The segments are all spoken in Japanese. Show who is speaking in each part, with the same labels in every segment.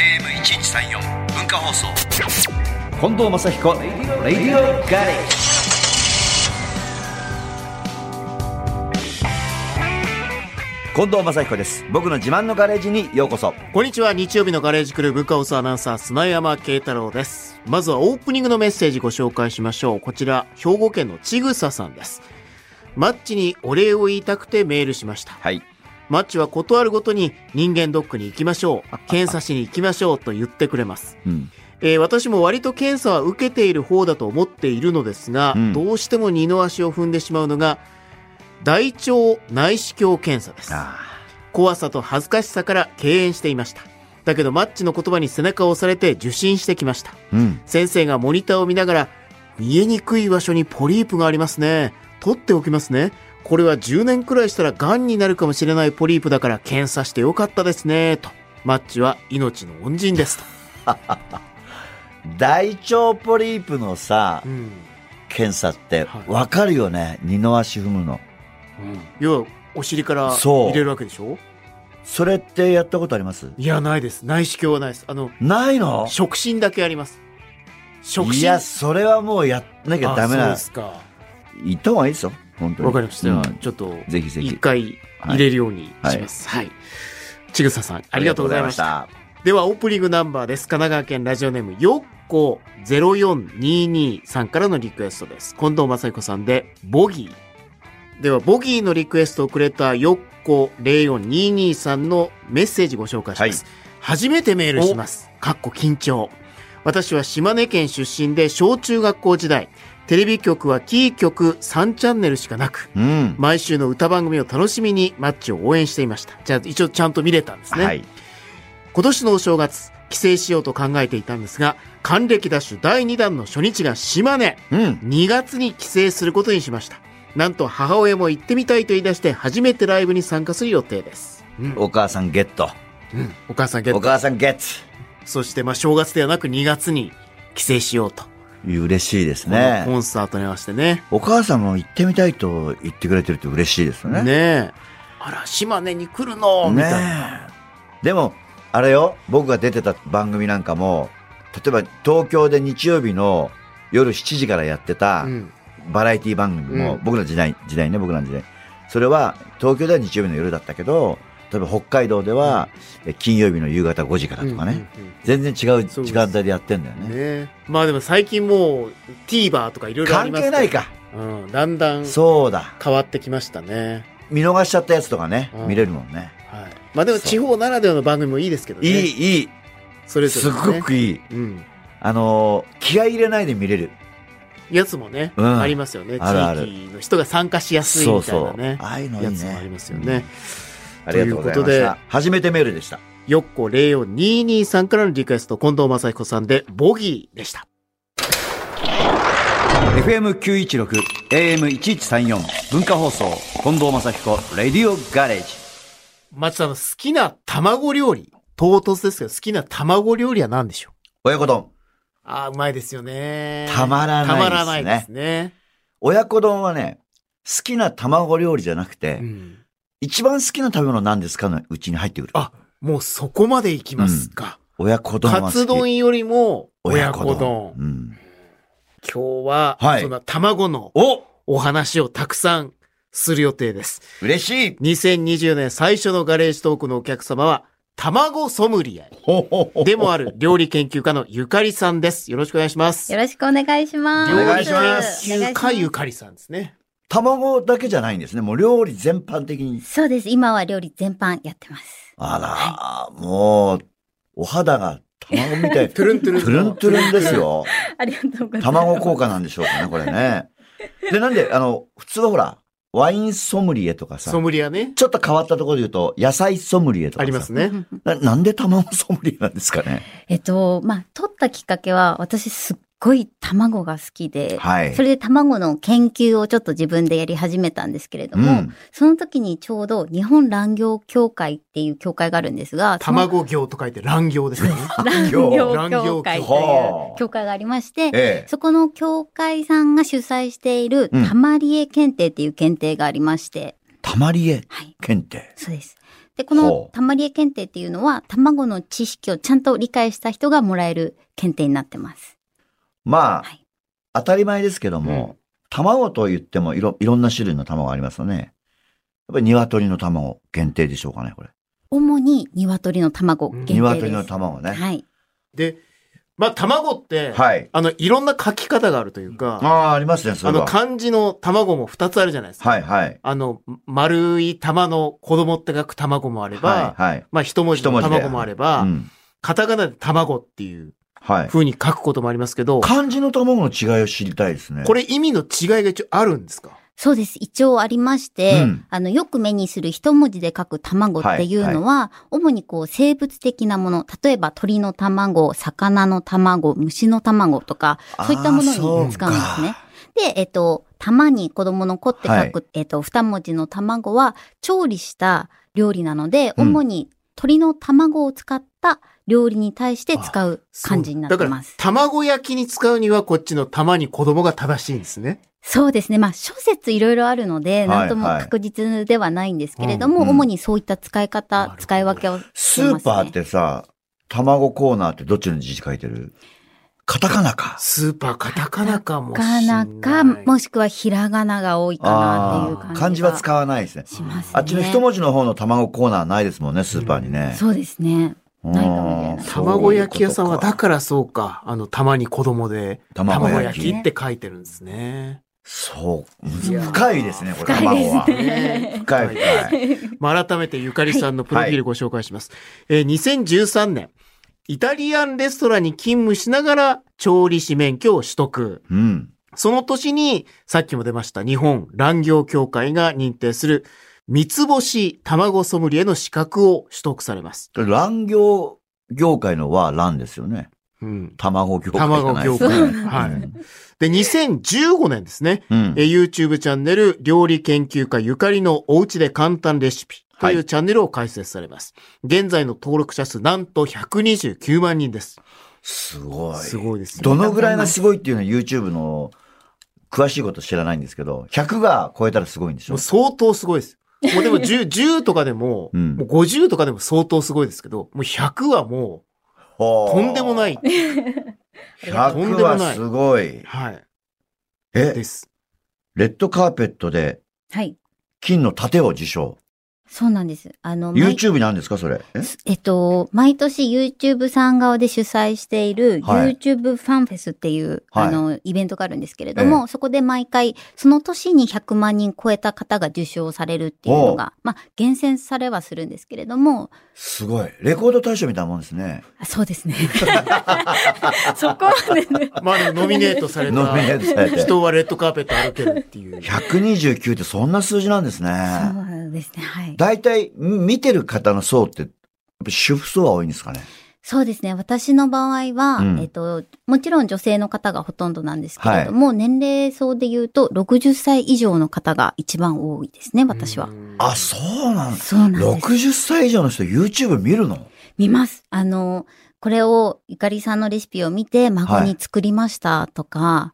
Speaker 1: FM1134 文化放送
Speaker 2: 近藤正彦レディオガレージ近藤正彦です僕の自慢のガレージにようこそ
Speaker 3: こんにちは。日曜日のガレージクルーブカオスアナウンサー、砂山慶太郎です。まずはオープニングのメッセージご紹介しましょう。こちら、兵庫県のちぐささんです。マッチにお礼を言いたくてメールしました。
Speaker 2: はい
Speaker 3: マッチは断るごとに人間ドックに行きましょう。検査しに行きましょうと言ってくれます。
Speaker 2: うん
Speaker 3: えー私も割と検査は受けている方だと思っているのですが、
Speaker 2: うん
Speaker 3: どうしても二の足を踏んでしまうのが、大腸内視鏡検査です。
Speaker 2: あ
Speaker 3: 怖さと恥ずかしさから敬遠していました。だけどマッチの言葉に背中を押されて受診してきました。
Speaker 2: ーうん
Speaker 3: 先生がモニターを見ながら、見えにくい場所にポリープがありますね。取っておきますね。これは10年くらいしたら癌になるかもしれないポリープだから検査してよかったですね。と。マッチは命の恩人ですと。
Speaker 2: 大腸ポリープのさ
Speaker 3: うん。
Speaker 2: 検査って
Speaker 3: はい
Speaker 2: わかるよね二の足踏むの
Speaker 3: 要は、お尻から
Speaker 2: そう
Speaker 3: 入れるわけでしょ
Speaker 2: それってやったことあります
Speaker 3: いや、ないです。内視鏡はないです。あの、
Speaker 2: ないの
Speaker 3: 触診だけあります。触診
Speaker 2: いやそれはもうやんなきゃダメ
Speaker 3: あそう
Speaker 2: な
Speaker 3: ですか。
Speaker 2: 行った方がいいですよ本当に
Speaker 3: わかりました。じ
Speaker 2: う
Speaker 3: ゃ
Speaker 2: ん
Speaker 3: あ、ちょっと、
Speaker 2: ぜひぜひ
Speaker 3: 一回入れるようにします。はい。ちぐささん、ありがとうございました。
Speaker 2: ありがとう
Speaker 3: では、オープニングナンバーです。神奈川県ラジオネーム、よっこ0422さんからのリクエストです。近藤正彦さんで、ボギー。では、ボギーのリクエストをくれたよっこ0422さんのメッセージご紹介します。初めてメールします。かっこ緊張。私は島根県出身で、小中学校時代、テレビ局はキー局3チャンネルしかなく、
Speaker 2: ございました
Speaker 3: 毎週の歌番組を楽しみにマッチを応援していました。じゃあ一応ちゃんと見れたんです
Speaker 2: うん
Speaker 3: ね。
Speaker 2: はい
Speaker 3: 今年のお正月、帰省しようと考えていたんですが、還暦ダッシュ第2弾の初日が島根。
Speaker 2: うん
Speaker 3: 2月に帰省することにしました。なんと母親も行ってみたいと言い出して初めてライブに参加する予定です。うん
Speaker 2: お母さんゲット
Speaker 3: うんお母さんゲッ
Speaker 2: お
Speaker 3: ト。
Speaker 2: 母さんゲッ
Speaker 3: そしてまあ正月ではなく2月に帰省しようと。
Speaker 2: ト嬉しいです
Speaker 3: このコ
Speaker 2: ね
Speaker 3: ンサートに合わせてね。
Speaker 2: お母さんも行ってみたいと言ってくれてるって嬉しいですよね
Speaker 3: ねえ。あら、島根に来るのみたいな。
Speaker 2: ねえでもあれよ僕が出てた番組なんかも例えば東京で日曜日の夜7時からやってた
Speaker 3: うん
Speaker 2: バラエティ番組も、
Speaker 3: うん
Speaker 2: 僕の時代時代ね僕らの時代それは東京では日曜日の夜だったけど例えば北海道ではえ金曜日の夕方5時からとかね、
Speaker 3: うんうんうん
Speaker 2: 全然違う
Speaker 3: そうです
Speaker 2: 時間帯でやってんだよね
Speaker 3: ねまあでも最近もう TVer とかいろいろあ
Speaker 2: 関
Speaker 3: ります
Speaker 2: 係ないか、
Speaker 3: ら、うん、だんだん
Speaker 2: そうだ
Speaker 3: 変わってきましたね、
Speaker 2: 見逃しちゃったやつとかね、
Speaker 3: うん
Speaker 2: 見れるもんね
Speaker 3: はい、まあでも地方ならではの番組もいいですけどね
Speaker 2: いいい
Speaker 3: それ
Speaker 2: い
Speaker 3: ぞ
Speaker 2: す
Speaker 3: れ、ね、
Speaker 2: ごくいい
Speaker 3: うん
Speaker 2: あのー気合い入れないで見れる
Speaker 3: やつもね、
Speaker 2: うん
Speaker 3: ありますよね
Speaker 2: あるある
Speaker 3: 地域の人が参加しやすい
Speaker 2: そ
Speaker 3: み
Speaker 2: う
Speaker 3: たい
Speaker 2: そ
Speaker 3: な
Speaker 2: う
Speaker 3: ね
Speaker 2: ああいうのいい
Speaker 3: や
Speaker 2: ね
Speaker 3: つもありますよね、
Speaker 2: ありがとうございま
Speaker 3: と
Speaker 2: し
Speaker 3: いうこ
Speaker 2: た。初めてメールでした。
Speaker 3: よっこ0422さんからのリクエスト近藤正彦さんでボギーでした
Speaker 2: FM916、AM1134、文化放送、近藤正彦、レディオガレージ。
Speaker 3: 松田の好きな卵料理唐突ですけど好きな卵料理は何でしょう
Speaker 2: 親子丼。
Speaker 3: ああ、うまいですよね。
Speaker 2: たまらないですね
Speaker 3: たまらないですね。
Speaker 2: 親子丼はね、好きな卵料理じゃなくて、
Speaker 3: うん
Speaker 2: 一番好きな食べ物なんですかのうちに入ってくる。
Speaker 3: あもうそこまでいきますか。
Speaker 2: 親子丼は好き。
Speaker 3: カツ丼よりも親子丼。
Speaker 2: うん。
Speaker 3: 今日は、
Speaker 2: はい
Speaker 3: そんな卵の
Speaker 2: お
Speaker 3: お話をたくさんする予定です。
Speaker 2: 嬉しい
Speaker 3: 2020年最初のガレージトークのお客様は、卵ソムリエ
Speaker 2: ほほほ
Speaker 3: でもある料理研究家のゆかりさんです。よろしくお願いします。
Speaker 4: よろしくお願いします。
Speaker 3: 料
Speaker 2: お願
Speaker 3: 理
Speaker 2: いしま
Speaker 4: お
Speaker 3: 研
Speaker 4: 願
Speaker 3: 究
Speaker 4: いし
Speaker 3: 家
Speaker 4: ます
Speaker 3: ゆかりさんですね。
Speaker 2: 卵だけじゃないんですね。もう料理全般的に。
Speaker 4: そうです。今は料理全般やってます。
Speaker 2: あら、もう、お肌が卵みたい。
Speaker 3: トゥルントゥルンと
Speaker 2: トゥルントゥルンですよ。
Speaker 4: ありがとうございます。
Speaker 2: 卵効果なんでしょうかね、これね。で、なんで、あの、普通はほら、ワインソムリエとかさ
Speaker 3: ソ、ムリエね。
Speaker 2: ちょっと変わったところで言うと、野菜ソムリエとかさ
Speaker 3: ありますね。
Speaker 2: な。なんで卵ソムリエなんですかね。
Speaker 4: えっと、まあ、取ったきっかけは、私すっごい卵が好きで、
Speaker 2: はい
Speaker 4: そ。れで卵の研究をちょっと自分でやり始めたんですけれど
Speaker 2: う
Speaker 4: も、
Speaker 2: ん。
Speaker 4: その時にちょうど日本卵業協会っていう協会があるんですが、その
Speaker 3: 卵業と書いて卵業ですね。
Speaker 4: 卵業協会と
Speaker 2: は
Speaker 4: いう
Speaker 2: あ
Speaker 4: 協会がありまして、
Speaker 2: ええ。
Speaker 4: そこの協会さんが主催している
Speaker 2: うん
Speaker 4: たまりえ検定っていう検定がありまして、
Speaker 2: たたまりえ
Speaker 4: はい。
Speaker 2: 検定。
Speaker 4: そうです。で、こ
Speaker 2: ほ
Speaker 4: の
Speaker 2: う
Speaker 4: たまりえ検定っていうのは、卵の知識をちゃんと理解した人がもらえる検定になってます。
Speaker 2: まあ、
Speaker 4: はい
Speaker 2: 当たり前ですけども、卵と言ってもいろいろんな種類の卵がありますよね。やっぱり鶏の卵限定でしょうかね、これ。
Speaker 4: 主に鶏の卵限定です。
Speaker 2: 鶏の卵ね。
Speaker 4: はい。
Speaker 3: で、まあ、卵って、
Speaker 2: はい。
Speaker 3: あの、いろんな書き方があるという
Speaker 2: あ
Speaker 3: か、
Speaker 2: あ、ありますね、そ
Speaker 3: あ
Speaker 2: れ
Speaker 3: の、
Speaker 2: は。
Speaker 3: 漢字の卵も2つあるじゃないですか。
Speaker 2: はいはい。
Speaker 3: あの、丸い玉の子供って書く卵もあれば、
Speaker 2: はいはい。
Speaker 3: まあ、一文字の
Speaker 2: 一文字で
Speaker 3: 卵もあれば、
Speaker 2: うん。
Speaker 3: カタカナで卵っていう
Speaker 2: はい。
Speaker 3: 風に書くこともありますけど、
Speaker 2: 漢字の卵の違いを知りたいですね。
Speaker 3: これ意味の違いが一応あるんですか
Speaker 4: そうです。一応ありまして、
Speaker 2: うん
Speaker 4: あの、よく目にする一文字で書く卵っていうのは、主にこう、生物的なもの、例えば鳥の卵、魚の卵、虫の卵とか、そういったものに使うんですね。で、えっと、玉に子供の子って書く、
Speaker 2: はい
Speaker 4: えっと、二文字の卵は、調理した料理なので、
Speaker 2: うん
Speaker 4: 主に鳥の卵を使った料理に対して使う感じになってます
Speaker 3: だ。から、卵焼きに使うにはこっちの玉に子供が正しいんですね。
Speaker 4: そうですね。まあ、諸説いろいろあるの
Speaker 2: は
Speaker 4: で、
Speaker 2: い
Speaker 4: なんとも確実ではないんですけれども、
Speaker 2: うんうん
Speaker 4: 主にそういった使い
Speaker 3: なる
Speaker 4: 方
Speaker 3: ほ、ど
Speaker 4: 使い分けを
Speaker 2: スーパーってさ、卵コーナーってどっちの字書いてるカタカナか。
Speaker 3: スーパーカタカナかも
Speaker 4: な
Speaker 3: しれな
Speaker 4: か
Speaker 3: い。
Speaker 4: なか、もしくはひらがなが多いかなっていう
Speaker 2: あ
Speaker 4: 感
Speaker 2: ー
Speaker 4: じ
Speaker 2: 漢字は使わないですね。
Speaker 4: しますね。
Speaker 2: あっちの一文字の方の卵コーナーないですもんね、スーパーにね。
Speaker 4: そうですね。
Speaker 2: うん
Speaker 4: ないかもしれない
Speaker 3: 卵焼き屋さんは、だ
Speaker 2: そういうこ
Speaker 3: からそうか、あの、玉に子供で、
Speaker 2: とか
Speaker 3: 卵
Speaker 2: 卵
Speaker 3: 焼
Speaker 2: 焼
Speaker 3: き
Speaker 2: き。
Speaker 3: って書いてるんですね。
Speaker 2: そう。
Speaker 3: いや
Speaker 2: む
Speaker 3: ー
Speaker 2: 深いですね、これ、
Speaker 4: 深いです
Speaker 2: 卵は。
Speaker 3: ね
Speaker 2: 深い深 い。
Speaker 3: まあ、改めてゆかりさんのプロフィールご紹介します。えー2013年、イタリアンレストランに勤務しながら調理師免許を取得。
Speaker 2: うん。
Speaker 3: その年に、さっきも出ました、日本卵業協会が認定する、三つ星卵ソムリエの資格を取得されます。
Speaker 2: 卵業業界のは卵ですよね。
Speaker 3: うん。
Speaker 2: 卵業界じゃないですね。
Speaker 4: 卵業界
Speaker 3: はい
Speaker 2: うん
Speaker 3: で、2015年ですね、
Speaker 2: うん
Speaker 3: えー YouTube チャンネル料理研究家ゆかりのおうちで簡単レシピとい
Speaker 2: は
Speaker 3: うチャンネルを開設されます。現在の登録者数なんと129万人です。
Speaker 2: すごい。
Speaker 3: すごいですね。
Speaker 2: どのぐらいがすごいっていうのは YouTube の詳しいこと知らないんですけど、100が超えたらすごいんでし
Speaker 3: も
Speaker 2: ょ
Speaker 3: う相当すごいです。も うでも10、10とかでも、
Speaker 2: うん
Speaker 3: もう50とかでも相当すごいですけど、もう100はもうと
Speaker 2: と。
Speaker 3: んでもないい。
Speaker 2: 100
Speaker 3: とんでもな
Speaker 2: はいすごい。
Speaker 3: はい。
Speaker 2: え
Speaker 3: で、す。
Speaker 2: レッドカーペットで
Speaker 4: はい。
Speaker 2: 金の盾を受賞。
Speaker 4: そうなんです。あの、毎
Speaker 2: YouTube なんですかそれ。え
Speaker 4: えっと、毎年 YouTube さん側で主催している
Speaker 2: はい
Speaker 4: YouTube ファンフェスっていう、
Speaker 2: はい
Speaker 4: あの、イベントがあるんですけれども、そこで毎回、その年に100万人超えた方が受賞されるっていうのが、まあ、厳選されはするんですけれども、
Speaker 2: すごい。レコード大賞みたいなもんですね。
Speaker 4: あそうです ね。 そこまでね。
Speaker 3: まあでもノミネートされ
Speaker 2: ノミネー
Speaker 3: た
Speaker 2: トされて。
Speaker 3: 人はレッドカーペット歩けるっていう。
Speaker 2: 129ってそんな数字なんです
Speaker 4: そう
Speaker 2: ね。
Speaker 4: なんですね。はい。
Speaker 2: 大体、ん見てる方の層って、やっぱ主婦層が多いんですかね。
Speaker 4: そうですね。私の場合は、
Speaker 2: うん
Speaker 4: えっと、もちろん女性の方がほとんどなんですけれども、年齢層で言うと、60歳以上の方が一番多いですね、私は
Speaker 3: う。ん
Speaker 2: あ、そうなんです。
Speaker 4: そうなんです。
Speaker 2: 60歳以上の人 YouTube 見るの
Speaker 4: 見ます。あの、これをゆかりさんのレシピを見て孫に作りましたとか、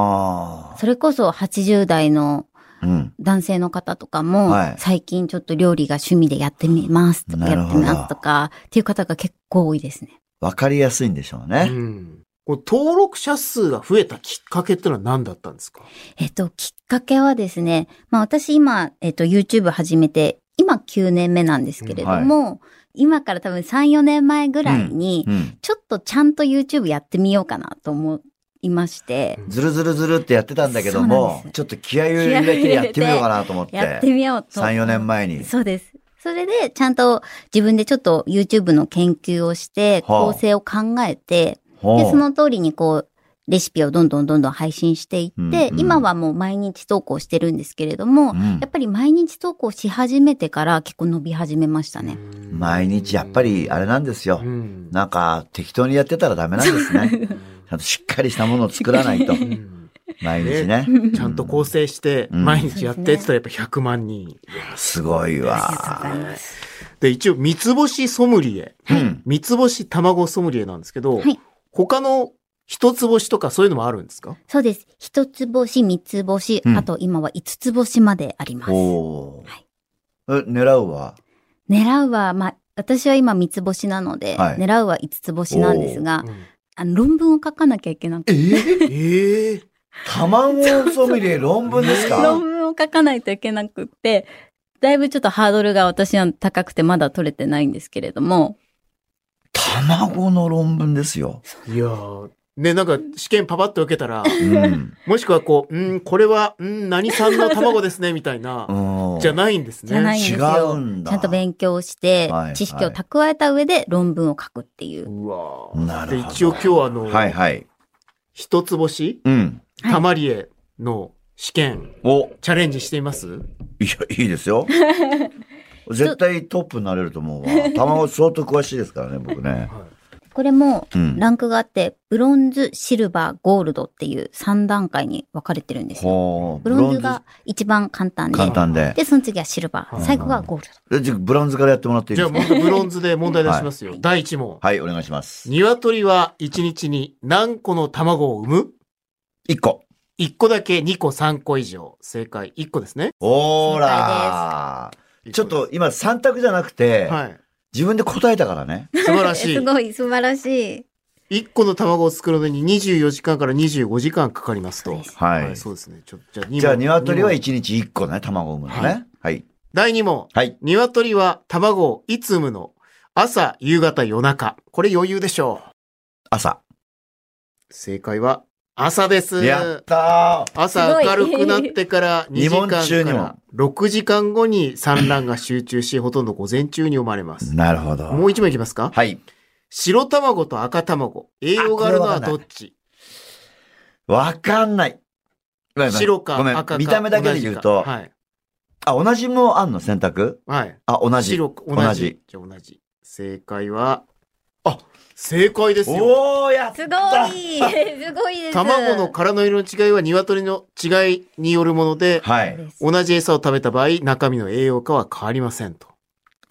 Speaker 2: は
Speaker 4: それこそ80代の
Speaker 2: あ。うん。
Speaker 4: 男性の方とかも、
Speaker 2: はい
Speaker 4: 最近ちょっと料理が趣味でやってみますとか、
Speaker 2: なる
Speaker 4: やっ
Speaker 2: ほ
Speaker 4: て
Speaker 2: ど
Speaker 4: ますとか、っていう方が結構多いですね。
Speaker 2: わかりやすいんでしょうね。
Speaker 3: うんこう登録者数が増えたきっかけってのは何だったんですか
Speaker 4: えっと、きっかけはですね、まあ私今、えっと、YouTube 始めて、今9年目なんですけれども、今から多分3、4年前ぐらいに、
Speaker 2: うん。
Speaker 4: ちょっとちゃんと YouTube やってみようかなと思いまして、
Speaker 2: ずるずるずるってやってたんだけど
Speaker 4: そうなん
Speaker 2: も
Speaker 4: で、す
Speaker 2: ちょっと気合を入れてやってみようかなと思って。
Speaker 4: やってみようと。
Speaker 2: 3、4年前に。
Speaker 4: そうです。それで、ちゃんと自分でちょっと YouTube の研究をして、
Speaker 2: はあ
Speaker 4: 構成を考えて、
Speaker 2: ほう
Speaker 4: で、その通りにこう、レシピをどんどんどんどん配信していって、
Speaker 2: うんうん
Speaker 4: 今はもう毎日投稿してるんですけれども、
Speaker 2: うん
Speaker 4: やっぱり毎日投稿し始めてから結構伸び始めましたね。
Speaker 2: 毎日やっぱりあれなんですよ
Speaker 3: う。ん
Speaker 2: なんか適当にやってたらダメなんですね。ちゃんとしっかりしたものを作ら ないと
Speaker 3: う。ん
Speaker 2: 毎日ね。
Speaker 3: ちゃんと構成して、
Speaker 2: うん
Speaker 3: 毎日やってって言ったらやっぱ100万人。
Speaker 2: すごい
Speaker 4: ありがとうござ
Speaker 2: わ。
Speaker 4: います。
Speaker 3: で、一応、三つ星ソムリエ。
Speaker 2: うん。
Speaker 3: 三つ星卵ソムリエなんですけど、
Speaker 4: はい
Speaker 3: 他の一つ星とかそういうのもあるんですか
Speaker 4: そうです。一つ星、三つ星、
Speaker 2: うん
Speaker 4: あと今は五つ星まであります。
Speaker 2: おー
Speaker 4: はい
Speaker 2: え狙うは
Speaker 4: 狙うは、まあ、私は今三つ星なので、
Speaker 2: はい
Speaker 4: 狙うは五つ星なんですが、あの論文を書かなきゃいけなくて、
Speaker 2: え
Speaker 3: ええ
Speaker 2: 卵ソムリエ論文です
Speaker 4: 論
Speaker 2: か
Speaker 4: 文を書かないといけなくって、だいぶちょっとハードルが私は高くてまだ取れてないんですけれども、
Speaker 2: 卵の論文ですよ。
Speaker 3: いやーね、なんか試験パパッと受けたら、
Speaker 2: うん。
Speaker 3: もしくはこう、うん、これは、うん、何さんの卵ですね、みたいな、
Speaker 2: うん
Speaker 3: じゃないんですね。
Speaker 4: じゃないんですよ。
Speaker 2: 違うんだ
Speaker 4: ちゃんと勉強して
Speaker 2: はい、
Speaker 4: 知識を蓄えた上で論文を書くっていう。
Speaker 3: うわー
Speaker 2: なるほど
Speaker 3: で一応今日あの、
Speaker 2: はいはい。
Speaker 3: 一つ星、
Speaker 2: うん。
Speaker 4: はい
Speaker 3: たまりえの試験、
Speaker 2: お、
Speaker 3: チャレンジしています
Speaker 2: いや、いいです よ。絶対トップになれると思うわ。卵相当詳しいですからね、僕ね。
Speaker 4: これも
Speaker 2: うん。
Speaker 4: ランクがあって、ブロンズ、シルバー、ゴールドっていう3段階に分かれてるんですよ。
Speaker 2: ほう
Speaker 4: ブロンズが一番簡単で、
Speaker 2: 簡単で。
Speaker 4: で、その次はシルバ
Speaker 3: は
Speaker 4: ー、
Speaker 3: い
Speaker 4: 最後がゴールド。
Speaker 2: えじゃあブロンズからやってもらっていい
Speaker 3: じ
Speaker 2: で
Speaker 3: ゃあ、
Speaker 2: すか
Speaker 3: もっとブロンズで問題出しますよ。第1問。
Speaker 2: はい、お願いします。
Speaker 3: 鶏は1日に何個の卵を産む
Speaker 2: 1個。
Speaker 3: ?1 個だけ、2個、3個以上。正解、1個ですね。
Speaker 2: ほーらーちょっと今3択じゃなくて、
Speaker 3: はい。
Speaker 2: 自分で答えたからね。
Speaker 3: 素晴らし
Speaker 4: す
Speaker 3: い。
Speaker 4: ごい、素晴らしい。
Speaker 3: 1個の卵を作るのに24時間から25時間かかりますと。
Speaker 2: はい
Speaker 3: そうですね。ちょじゃあ、二問
Speaker 2: じゃあ、鶏は
Speaker 3: 二
Speaker 2: 1
Speaker 3: 問
Speaker 2: 日1個ね、卵を産むのね。はい。
Speaker 3: 第2問。
Speaker 2: はい。
Speaker 3: 鶏は卵をいつ産むの朝、夕方、夜中。これ余裕でしょ
Speaker 2: 朝。
Speaker 3: う。正解は、朝です。
Speaker 2: やったー
Speaker 3: 朝明るくなってから2
Speaker 2: す
Speaker 3: 時
Speaker 2: ごい
Speaker 3: 間
Speaker 2: 日本中に
Speaker 3: か
Speaker 2: も
Speaker 3: ら6時間後に産卵が集中し、ほとんど午前中に生まれます。
Speaker 2: なるほど。
Speaker 3: もう一問いきますか
Speaker 2: はい。
Speaker 3: 白卵と赤卵。栄養があるのはどっち
Speaker 2: わかんない。ごめんごめん
Speaker 3: 白か
Speaker 2: ごめん
Speaker 3: 赤か。
Speaker 2: 見た目だけで言うと
Speaker 3: 同じかはい。
Speaker 2: あ、同じもあんの選択
Speaker 3: はい。
Speaker 2: あ、同じ。
Speaker 3: 白、同じ。
Speaker 2: 同じ
Speaker 3: じゃあ同じ。正解は、あ、正解ですよ。
Speaker 2: おー、やった
Speaker 4: すごい すごいです。
Speaker 3: 卵の殻の色の違いは鶏の違いによるもので、
Speaker 2: はい。
Speaker 3: 同じ餌を食べた場合、中身の栄養価は変わりませんと。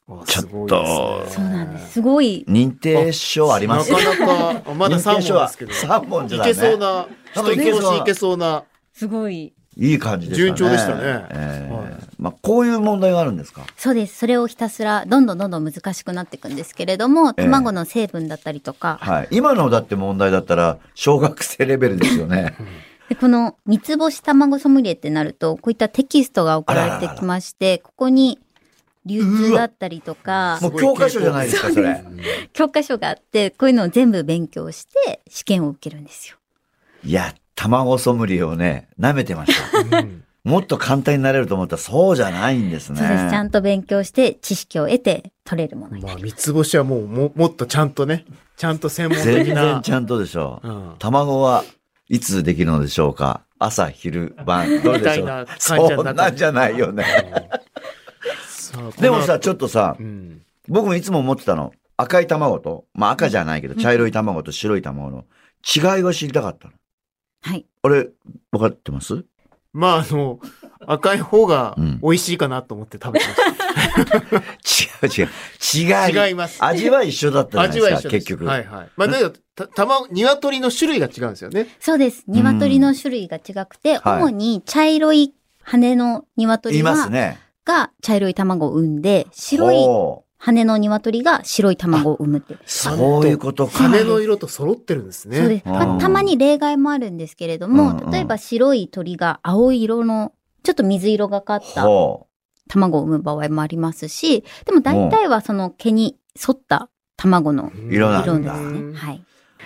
Speaker 3: わあ
Speaker 2: ちょっと
Speaker 3: すごいです
Speaker 4: そう
Speaker 3: ね
Speaker 4: なんです。すごい。
Speaker 2: 認定証あります
Speaker 3: なかなか、まだ3問ですけど。
Speaker 2: 3問じゃ
Speaker 3: い
Speaker 2: ない、ね。
Speaker 3: けそうな、
Speaker 2: な
Speaker 3: 一
Speaker 2: んかいけ
Speaker 3: つ
Speaker 2: そうな
Speaker 3: 星いけそうな。
Speaker 4: すごい。
Speaker 2: いい感じでしたね。
Speaker 3: 順調でしたね
Speaker 2: えー
Speaker 3: はい
Speaker 2: まあ、こういう問題があるんですか
Speaker 4: そうです。それをひたすら、どんどんどんどん難しくなっていくんですけれども、
Speaker 2: ええ
Speaker 4: 卵の成分だったりとか、
Speaker 2: はい。今のだって問題だったら、小学生レベルですよ ね。
Speaker 4: でこの三つ星卵ソムリエってなると、こういったテキストが送られてきまして、ここに流通だったりとか
Speaker 2: も、う教科書じゃないですか、それ。
Speaker 4: 教科書があって、こういうのを全部勉強して、試験を受けるんですよ。
Speaker 2: いや、卵ソムリエをね、舐めてました。もっと簡単になれると思ったら、そうじゃないんですね。
Speaker 4: そうです。ちゃんと勉強して、知識を得て、取れるものに
Speaker 3: ま
Speaker 4: な
Speaker 3: あ、
Speaker 4: り
Speaker 3: 三つ星はもうも、もっとちゃんとね、ちゃんと専門
Speaker 2: 全
Speaker 3: 的な
Speaker 2: 然。ちゃんとでしょう。
Speaker 3: うん
Speaker 2: 卵はいつできるのでしょうか朝、昼、晩、どれでしょ
Speaker 3: みた
Speaker 2: う
Speaker 3: いな感じじゃなか
Speaker 2: そ
Speaker 3: った
Speaker 2: んなんじゃないよね。
Speaker 3: さあ
Speaker 2: でもさ、、ちょっとさ
Speaker 3: この後う、ん。
Speaker 2: 僕もいつも思ってたの。赤い卵と、まあ赤じゃないけど、茶色い卵と白い卵の違いが知りたかったの。
Speaker 4: はい。
Speaker 2: あれ、分かってます
Speaker 3: まあ、あの、赤い方が美味しいかなと思って食べてまし
Speaker 2: 違う違う。
Speaker 3: た。
Speaker 2: 違い。
Speaker 3: 違います。
Speaker 2: 味は一緒だったじ
Speaker 3: 味
Speaker 2: ゃな
Speaker 3: はい
Speaker 2: ですか、
Speaker 3: 一緒です
Speaker 2: 結局。
Speaker 3: はいはい。まあ、だけど、た、卵、鶏の種類が違うんですよね。
Speaker 4: そうです。鶏の種類が違くて、
Speaker 2: はい
Speaker 4: 主に茶色い羽の鶏
Speaker 2: います
Speaker 4: は、
Speaker 2: ね。
Speaker 4: が茶色い卵を産んで、白い
Speaker 2: おー
Speaker 4: 羽の鶏が白い卵を産むっていう。
Speaker 2: そういうことか。
Speaker 3: 羽の色と揃ってるんですね。
Speaker 4: そうです。
Speaker 2: あー
Speaker 4: まあ、たまに例外もあるんですけれど
Speaker 2: うんうん
Speaker 4: も、例えば白い鳥が青い色の、ちょっと水色がかった
Speaker 2: ほ
Speaker 4: 卵を産む場合もありますし、でも大体はその毛に沿った卵の
Speaker 3: うん
Speaker 2: 色なんだ
Speaker 4: 色ですね。はい。
Speaker 2: う。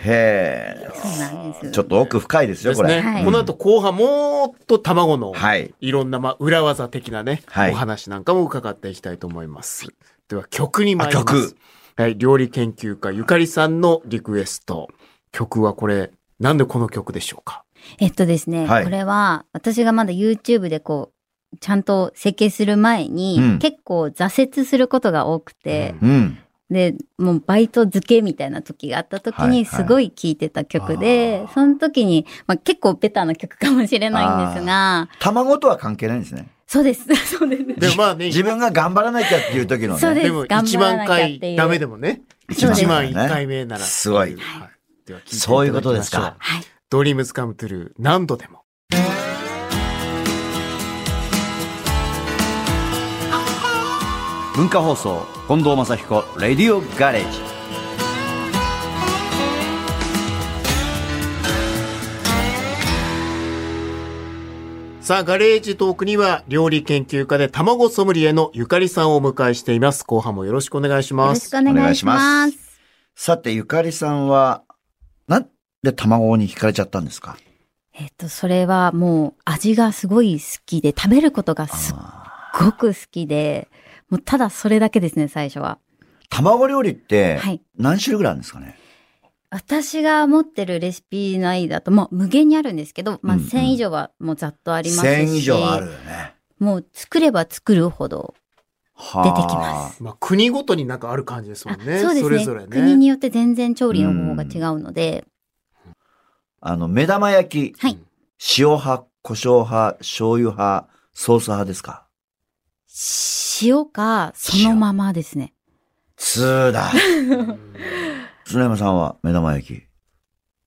Speaker 2: へえ。
Speaker 4: そうなんです。
Speaker 2: ちょっと奥深いですよ、
Speaker 3: です
Speaker 2: これ。
Speaker 3: ね。
Speaker 4: はい
Speaker 3: この後後半もっと卵の
Speaker 2: はい。
Speaker 3: いろんなまあ裏技的なね、
Speaker 2: はい
Speaker 3: お話なんかも伺っていきたいと思います。では曲に参り
Speaker 2: あ
Speaker 3: ます。
Speaker 2: 曲
Speaker 3: はい、料理研究家ゆかりさんのリクエスト。曲はこれ、なんでこの曲でしょうか
Speaker 4: えっとですね、
Speaker 2: はい
Speaker 4: これは私がまだ YouTube でこう、ちゃんと設計する前に、
Speaker 2: うん
Speaker 4: 結構挫折することが多くて、
Speaker 2: うん。
Speaker 4: で、もうバイト漬けみたいな時があった時
Speaker 2: はいはい
Speaker 4: にすごい聴いてた曲で、
Speaker 3: あー
Speaker 4: その時に、まあ、結構ベタな曲かもしれないんですが、
Speaker 2: 卵とは関係ないんですね。
Speaker 4: そうです。 そうです。
Speaker 3: でもまあね、
Speaker 2: 自分が頑張らなきゃっていう時の
Speaker 4: そう
Speaker 2: ね。
Speaker 4: です
Speaker 3: でも
Speaker 4: 頑
Speaker 3: 1
Speaker 4: 張ら
Speaker 3: 万
Speaker 4: なきゃっていう
Speaker 3: 回ダメでもね、1
Speaker 4: そうです
Speaker 3: 万1回目なら。
Speaker 2: すごい
Speaker 3: はでは聞いてただきましょ
Speaker 2: そういうことですか。
Speaker 4: はい。
Speaker 3: ドリームズカムトゥルー何度でも。
Speaker 5: 「あなたの
Speaker 2: 文化放送近藤正彦レディオガレージ
Speaker 3: さあ、ガレージトークには料理研究家で卵ソムリエのゆかりさんをお迎えしています。後半もよろしくお願いし
Speaker 4: よろ
Speaker 3: ま
Speaker 4: し
Speaker 3: す
Speaker 4: く。お願いし
Speaker 2: お願
Speaker 4: ま
Speaker 2: い
Speaker 4: す。
Speaker 2: さてゆかりさんはなんで卵に惹かれちゃったんですか
Speaker 4: えっと、それはもう味がすごい好きで、食べることがすっごく好きで、もうただそれだけですね、最初は。
Speaker 2: 卵料理って
Speaker 4: はい。
Speaker 2: 何種類ぐらいあるんですかね、
Speaker 4: 私が持ってるレシピ内だと、もう無限にあるんですけど、まあ
Speaker 2: うんうん
Speaker 4: 1000以上はもうざっとありますし、
Speaker 2: 1000以上あるよね
Speaker 4: もう作れば作るほど
Speaker 2: 出
Speaker 4: 出てきます。
Speaker 3: まあ、国ごとになんかある感じですも
Speaker 4: あ
Speaker 3: んね。
Speaker 4: そうですね
Speaker 3: それぞれね。
Speaker 4: 国によって全然調理の方法が違うので、
Speaker 2: あの目玉焼き
Speaker 4: はい。
Speaker 2: 塩派胡椒派醤油派ソース派です か
Speaker 4: 塩か、そのままですね。
Speaker 2: 通だ
Speaker 3: うん
Speaker 2: 砂山さんは目玉焼き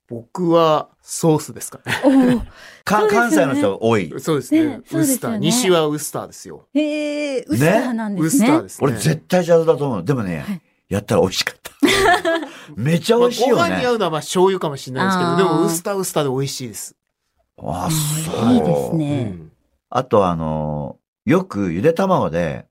Speaker 3: 僕はソースですかね。
Speaker 4: おー
Speaker 2: か
Speaker 4: そうです
Speaker 2: 関
Speaker 4: よね
Speaker 2: 西の人多い
Speaker 3: そうですね。
Speaker 4: ね そう
Speaker 3: ウ
Speaker 4: ですよね
Speaker 3: スター。西はウスターですよ。
Speaker 4: へえー、ウスターなんで
Speaker 3: ウ
Speaker 4: す
Speaker 3: ス
Speaker 4: ね。
Speaker 3: ターですね。
Speaker 2: 俺絶対ジャズだと思うでもね、
Speaker 4: はい
Speaker 2: やったら美味しかった めっちゃ美味しいよ
Speaker 3: まあご飯
Speaker 2: ね
Speaker 3: に合うのはまあ醤油かもしれないですけ
Speaker 4: あ
Speaker 3: ど、
Speaker 4: ー
Speaker 3: でもウスターウスターで美味しいです。
Speaker 2: あ
Speaker 4: あ
Speaker 2: そう
Speaker 4: ーいいです
Speaker 3: う
Speaker 4: ね。
Speaker 3: ん
Speaker 2: あとあのーよくゆで卵で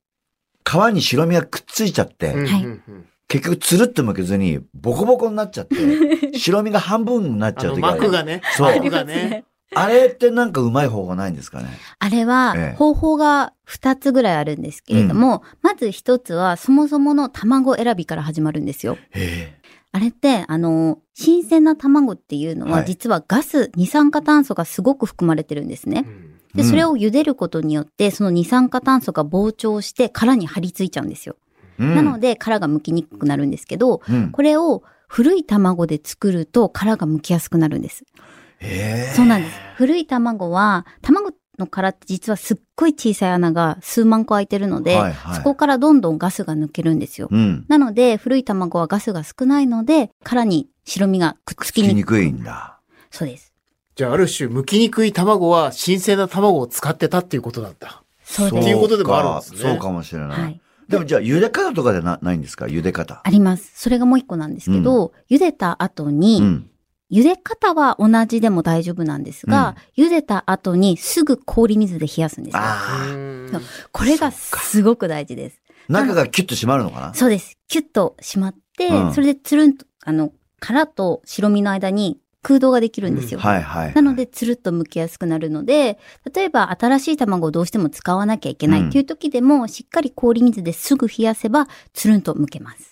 Speaker 2: 皮に白身がくっついちゃって、
Speaker 3: うん
Speaker 4: はい
Speaker 3: うんうん
Speaker 2: 結局つるってむけずにボコボコになっちゃって 白身が半分になっ
Speaker 3: あ
Speaker 2: ちゃう
Speaker 3: の
Speaker 2: 時ある
Speaker 3: 膜がね、
Speaker 2: そう
Speaker 4: あ
Speaker 3: 膜
Speaker 4: りま
Speaker 3: が
Speaker 4: すね
Speaker 3: ね。。
Speaker 2: あれってなんかうまい方法ないんですかね
Speaker 4: あれ
Speaker 2: え
Speaker 4: は
Speaker 2: え
Speaker 4: 方法が2つぐらいあるんですけれども、まず1つはそもそもの卵選びから始まるんですよ。
Speaker 2: へ
Speaker 4: あれって、あの、新鮮な卵っていうの
Speaker 2: は
Speaker 4: はい実はガス、二酸化炭素がすごく含まれてるんですね
Speaker 3: う。ん
Speaker 4: で、
Speaker 2: うん
Speaker 4: それを茹でることによって、その二酸化炭素が膨張して殻に張り付いちゃうんですよ。
Speaker 2: え、うん、
Speaker 4: なので殻が剥きにくくなるんですけど、
Speaker 2: うん、
Speaker 4: これを古い卵で作ると殻が剥きやすくなるんです。
Speaker 2: へえ
Speaker 4: そうなんです。古い卵は、卵の殻って実はすっごい小さい穴が数万個開いてるので、
Speaker 2: はいはい
Speaker 4: そこからどんどんガスが抜けるんですよ。
Speaker 2: うん
Speaker 4: なので、古い卵はガスが少ないので、殻に白身がくっつき
Speaker 2: つき
Speaker 4: に
Speaker 2: に
Speaker 4: く
Speaker 2: くいんだ
Speaker 4: そうです。
Speaker 3: じゃあ、ある種、剥きにくい卵は新鮮な卵を使ってたっていうことだった。
Speaker 4: そうで
Speaker 3: って
Speaker 4: す。
Speaker 3: いうことでもあるんですね
Speaker 2: そうかそうかもしれない、
Speaker 4: はい。
Speaker 2: でもじゃあ茹で方とかでなないんですか茹で方
Speaker 4: あります。それがもう一個なんですけど、茹でた後に、
Speaker 2: うん
Speaker 4: 茹で方は同じでも大丈夫なんですが、茹でた後にすぐ氷水で冷やすんですよ。
Speaker 2: ああ
Speaker 3: うん
Speaker 4: これがすごく大事です。
Speaker 2: 中がキュッと締まるのかな
Speaker 4: そうです。キュッと締まって、
Speaker 2: うん
Speaker 4: それでつるんと、あの、殻と白身の間に空洞ができるんですよ。
Speaker 2: はいはい
Speaker 4: なので、つるっと剥きやすくなるので、例えば新しい卵をどうしても使わなきゃいけないっていう時でも、しっかり氷水ですぐ冷やせば、つるんと剥けます。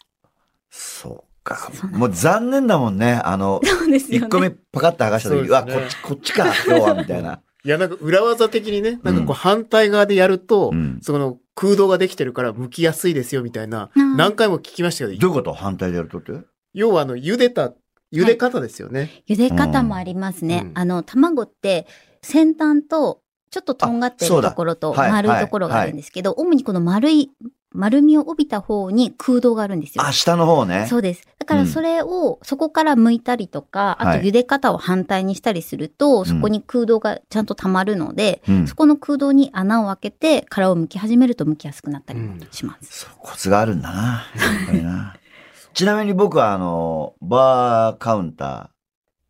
Speaker 2: そうか
Speaker 4: そうなんです
Speaker 2: もう残念だもんねあの
Speaker 4: そうですよ
Speaker 2: 一
Speaker 4: ね。
Speaker 2: 個目パカッと剥がした時、
Speaker 3: そう
Speaker 2: う
Speaker 3: です
Speaker 2: わ
Speaker 3: ね
Speaker 2: こっちこっちか今日はみたいな
Speaker 3: いや、なんか裏技的にね、なんか
Speaker 2: うん
Speaker 3: こう反対側でやると、
Speaker 2: うん
Speaker 3: その空洞ができてるから剥きやすいですよみたいな、
Speaker 4: うん
Speaker 3: 何回も聞きましたけ
Speaker 2: ど
Speaker 3: ど、
Speaker 2: ういうこと反対でやるとって
Speaker 3: 要はあの、茹でた、茹で方ですよね。
Speaker 4: 茹で方もありますね。
Speaker 3: うん
Speaker 4: あの、卵って、先端と、ちょっととんがって
Speaker 2: あそう
Speaker 4: る
Speaker 2: だ
Speaker 4: ところと、
Speaker 2: はい
Speaker 4: 丸いところがあるんですけど、主にこの丸い、丸みを帯びた方に空洞があるんですよ。
Speaker 2: あ下の方ね
Speaker 4: そうです。だか
Speaker 2: う
Speaker 4: ら
Speaker 2: ん
Speaker 4: それを、そこから剥いたりとか、
Speaker 2: は
Speaker 4: あ
Speaker 2: い
Speaker 4: と茹で方を反対にしたりすると、
Speaker 2: ん
Speaker 4: そこに空洞がちゃんと溜まるので、
Speaker 2: うん
Speaker 4: そこの空洞に穴を開けて、殻を剥き始めると剥きやすくなったりも します。
Speaker 2: そうコツがあるんだなやっぱりな ちなみに僕はあのバーカウンタ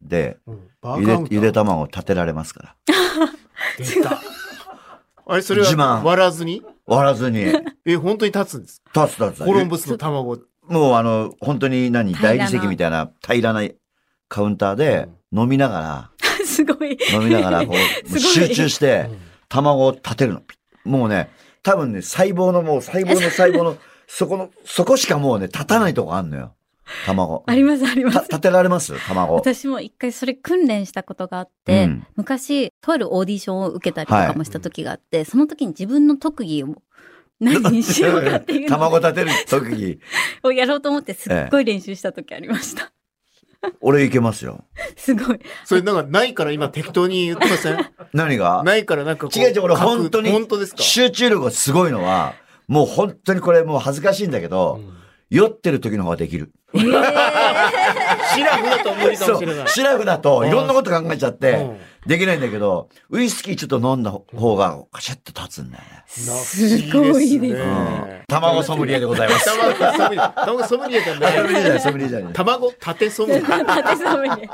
Speaker 2: ーで
Speaker 3: うんバーカ
Speaker 2: ゆ
Speaker 3: ウン
Speaker 2: で
Speaker 3: ター
Speaker 2: ゆで卵を立てられますから
Speaker 3: 出た。 あれ、それ
Speaker 2: 自慢
Speaker 3: は割らずに
Speaker 2: 割ら ずに立
Speaker 3: え、本当に立つんです。
Speaker 2: つ立つ
Speaker 3: コロンブスの卵。
Speaker 2: もうあの、本当に何、
Speaker 4: 平
Speaker 2: 大
Speaker 4: らな
Speaker 2: 理石みたいな平らなカウンターで飲みなが
Speaker 4: すごい。
Speaker 2: ら、飲みながらこう、
Speaker 4: すごい
Speaker 2: 集中して
Speaker 3: うん
Speaker 2: 卵を立てるの。もうね、多分ね、細胞のもう細胞の細胞の、そこの、そこしかもうね、立たないとこあんのよ。卵。
Speaker 4: あります、ありま
Speaker 2: た
Speaker 4: す。
Speaker 2: 立てられます卵。
Speaker 4: 私も一回それ訓練したことがあって、
Speaker 2: うん
Speaker 4: 昔、とあるオーディションを受けたりとかもした時があって、その時に自分の特技を何にしようかっていう
Speaker 2: 卵
Speaker 4: の
Speaker 2: 立てる特技。
Speaker 4: をやろうと思って、すっごい練習した時ありました。
Speaker 2: 俺いけますよ。
Speaker 4: すごい。
Speaker 3: それなんかないから今適当に言ってません
Speaker 2: 何が
Speaker 3: ないからなんかこう。
Speaker 2: 違う違う、俺
Speaker 3: 書く
Speaker 2: 本当に、
Speaker 3: 本当ですか
Speaker 2: 集中力がすごいのは、もう本当にこれもう恥ずかしいんだけど、酔ってる時の方ができる。
Speaker 4: えー
Speaker 3: シラフだと無理か
Speaker 2: そ
Speaker 3: もしれな
Speaker 2: う
Speaker 3: い。
Speaker 2: シラフだといろんなこと考えちゃって、
Speaker 3: うん
Speaker 2: できないんだけど、ウイスキーちょっと飲んだ方がカシャッと立つんだよね。
Speaker 4: すごい です
Speaker 2: う
Speaker 4: ね
Speaker 2: ん。卵ソムリエでございます。
Speaker 3: 卵ソムリエ卵ソムリエじゃ
Speaker 2: ソムリエじゃ
Speaker 3: な
Speaker 2: ないい、ソムリエじゃない。
Speaker 3: 卵縦ソムリエ
Speaker 4: 縦寒いね。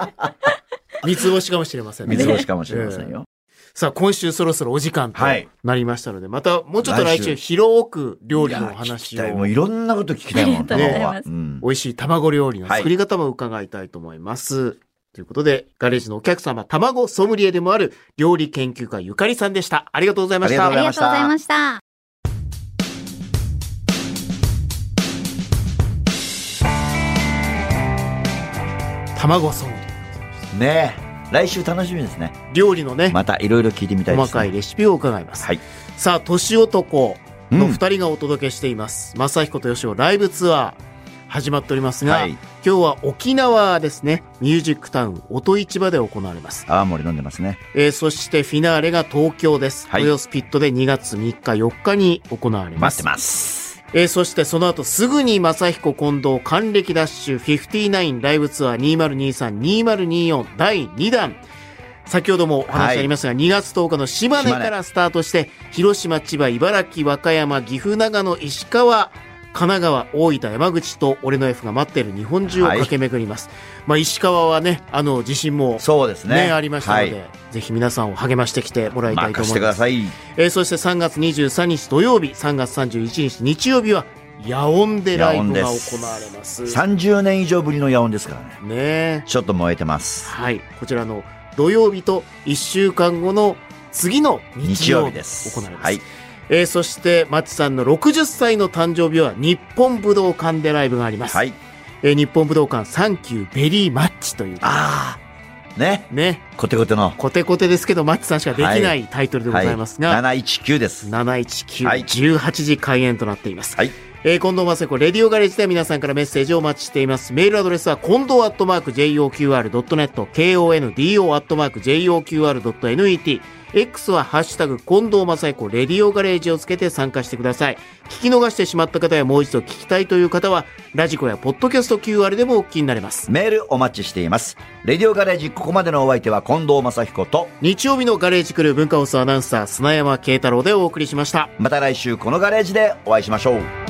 Speaker 3: 三つ星かもしれませんね
Speaker 2: 三つ星かもしれませんよ。
Speaker 3: さあ今週そろそろお時間と
Speaker 2: はい
Speaker 3: なりましたので、またもうちょっと来週
Speaker 2: 来週
Speaker 3: 広く料理のお
Speaker 2: い
Speaker 3: 話
Speaker 2: や聞きたい
Speaker 3: を
Speaker 2: もういろんなこと聞きたいもん、
Speaker 4: ありがとうござい
Speaker 2: 卵
Speaker 4: ま
Speaker 2: は
Speaker 4: す
Speaker 2: うん
Speaker 3: 美味しい卵料理の作り方も伺いたいと思います。ということで、ガレージのお客様、卵ソムリエでもある料理研究家ゆかりさんでした。ありがとうございまし
Speaker 2: あ
Speaker 3: た
Speaker 4: あり。がとうございました。
Speaker 3: 卵ソムリエ。
Speaker 2: ねえ来週楽しみですね。
Speaker 3: 料理のね、
Speaker 2: またいろいろ聞いてみたいで
Speaker 3: 細
Speaker 2: す、ね。
Speaker 3: かいレシピを伺います。
Speaker 2: はい。
Speaker 3: さあ、年男
Speaker 2: う
Speaker 3: の
Speaker 2: ん
Speaker 3: 二人がお届けしています。正彦と吉尾ライブツアー始まっておりますが、
Speaker 2: はい。
Speaker 3: 今日は沖縄ですね、ミュージックタウン音市場で行われます。
Speaker 2: 泡盛飲んでますね。
Speaker 3: えーそしてフィナーレが東京です。
Speaker 2: はい
Speaker 3: 豊洲ピットで2月3日4日に行われ
Speaker 2: 待
Speaker 3: ま
Speaker 2: っ
Speaker 3: す。
Speaker 2: てます。
Speaker 3: えーそしてその後すぐに正彦近藤還暦ダッシュ59ライブツアー2023-2024第2弾。先ほどもお話ありますが、2月10日の島根からスタートして、広島、千葉、茨城、和歌山、岐阜、長野、石川、神奈川、大分、山口と、俺の F が待っている日本中を駆け巡ります。まあ、石川はね、あの、地震も
Speaker 2: そうですね。
Speaker 3: ね、ありましたので、
Speaker 2: はい。
Speaker 3: ぜひ皆さんを励ましてきてもらいたい
Speaker 2: 任
Speaker 3: と思
Speaker 2: せ
Speaker 3: い
Speaker 2: てく
Speaker 3: ま
Speaker 2: だ
Speaker 3: す。
Speaker 2: さい。
Speaker 3: えーそして3月23日土曜日、3月31日日曜日は、夜音でライブが行われます。
Speaker 2: 30年以上ぶりの野音ですからね。
Speaker 3: ねえ
Speaker 2: ちょっと燃えてます。
Speaker 3: はい、こちらの土曜日と1週間後の次の日
Speaker 2: 日
Speaker 3: 曜
Speaker 2: 曜
Speaker 3: 日
Speaker 2: 日です。
Speaker 3: 行われます。
Speaker 2: はい。
Speaker 3: えーそして、マッチさんの60歳の誕生日は、日本武道館でライブがあります。
Speaker 2: はい。
Speaker 3: えー日本武道館サンキューベリーマッチという、
Speaker 2: ああ。ね。
Speaker 3: ね、
Speaker 2: コテコテの。
Speaker 3: コテコテですけど、マッチさんしかできな
Speaker 2: はい
Speaker 3: タイトルでご
Speaker 2: は
Speaker 3: ざ
Speaker 2: い。
Speaker 3: いますが、
Speaker 2: 719です。
Speaker 3: 719、
Speaker 2: はい
Speaker 3: 18時開演となっています。
Speaker 2: はい
Speaker 3: えー近藤正子、レディオガレージでは皆さんからメッセージをお待ちしています。メールアドレスは、近藤アットマーク JOQR.net、KONDO アットマーク JOQR.net、X はハッシュタグ、近藤正彦、レディオガレージをつけて参加してください。聞き逃してしまった方やもう一度聞きたいという方は、ラジコやポッドキャスト QR でもお聞きになれます。
Speaker 2: メールお待ちしています。レディオガレージ、ここまでのお相手は近藤正彦と、
Speaker 3: 日曜日のガレージクルー文化放送アナウンサー、砂山慶太郎でお送りしました。
Speaker 2: また来週このガレージでお会いしましょう。